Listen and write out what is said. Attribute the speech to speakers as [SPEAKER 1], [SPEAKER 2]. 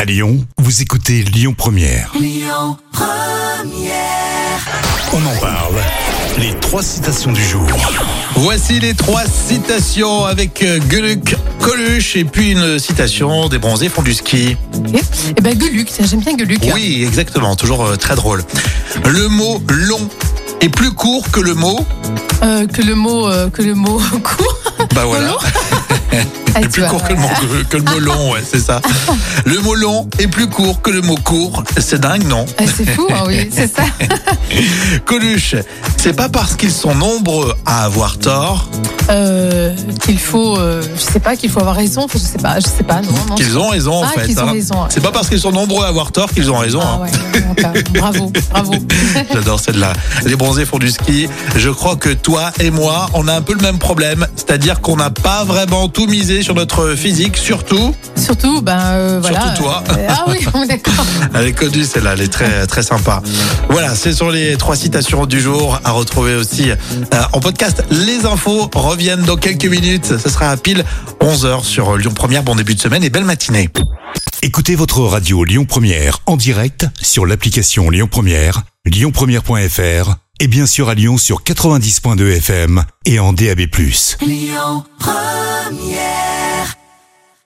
[SPEAKER 1] À Lyon, vous écoutez Lyon Première. On en parle. Les trois citations du jour.
[SPEAKER 2] Voici les trois citations avec euh, Gueluc, Coluche et puis une citation des bronzés font du ski.
[SPEAKER 3] Et ben Gueluc, tiens, j'aime bien Gueluc.
[SPEAKER 2] Oui, exactement, toujours euh, très drôle. Le mot long est plus court que le mot.
[SPEAKER 3] Euh, que le mot, euh, que le mot court.
[SPEAKER 2] Bah voilà.
[SPEAKER 3] Long Ah,
[SPEAKER 2] est
[SPEAKER 3] tu
[SPEAKER 2] plus
[SPEAKER 3] vois,
[SPEAKER 2] court que le mot, que le mot long, ouais, c'est ça. Le mot long est plus court que le mot court. C'est dingue, non
[SPEAKER 3] ah, c'est fou, hein, oui, c'est ça.
[SPEAKER 2] Coluche, c'est pas parce qu'ils sont nombreux à avoir tort
[SPEAKER 3] Euh, qu'il faut, euh, je sais pas, qu'il faut avoir raison. Je sais pas, je sais pas, non, non.
[SPEAKER 2] qu'ils ont raison, en
[SPEAKER 3] Ah,
[SPEAKER 2] fait. hein.
[SPEAKER 3] qu'ils ont raison, ouais.
[SPEAKER 2] C'est pas parce qu'ils sont nombreux à avoir tort qu'ils ont raison. hein.
[SPEAKER 3] Ah ouais, non, pas. bravo, bravo.
[SPEAKER 2] J'adore celle-là. Les bronzés font du ski. Je crois que toi et moi, on a un peu le même problème. C'est-à-dire qu'on n'a pas vraiment tout misé sur notre physique, surtout.
[SPEAKER 3] Surtout, ben euh, voilà.
[SPEAKER 2] Surtout toi.
[SPEAKER 3] Euh, ah oui, on est d'accord.
[SPEAKER 2] Elle est connue, celle-là. Elle est très, très sympa. Voilà, ce sont les trois citations du jour à retrouver aussi euh, en podcast. Les infos reviennent dans quelques minutes. Ce sera à pile 11h sur Lyon Première. Bon début de semaine et belle matinée.
[SPEAKER 1] Écoutez votre radio Lyon Première en direct sur l'application Lyon Première, lyonpremière.fr et bien sûr à Lyon sur 90.2 FM et en DAB+.
[SPEAKER 4] Lyon Première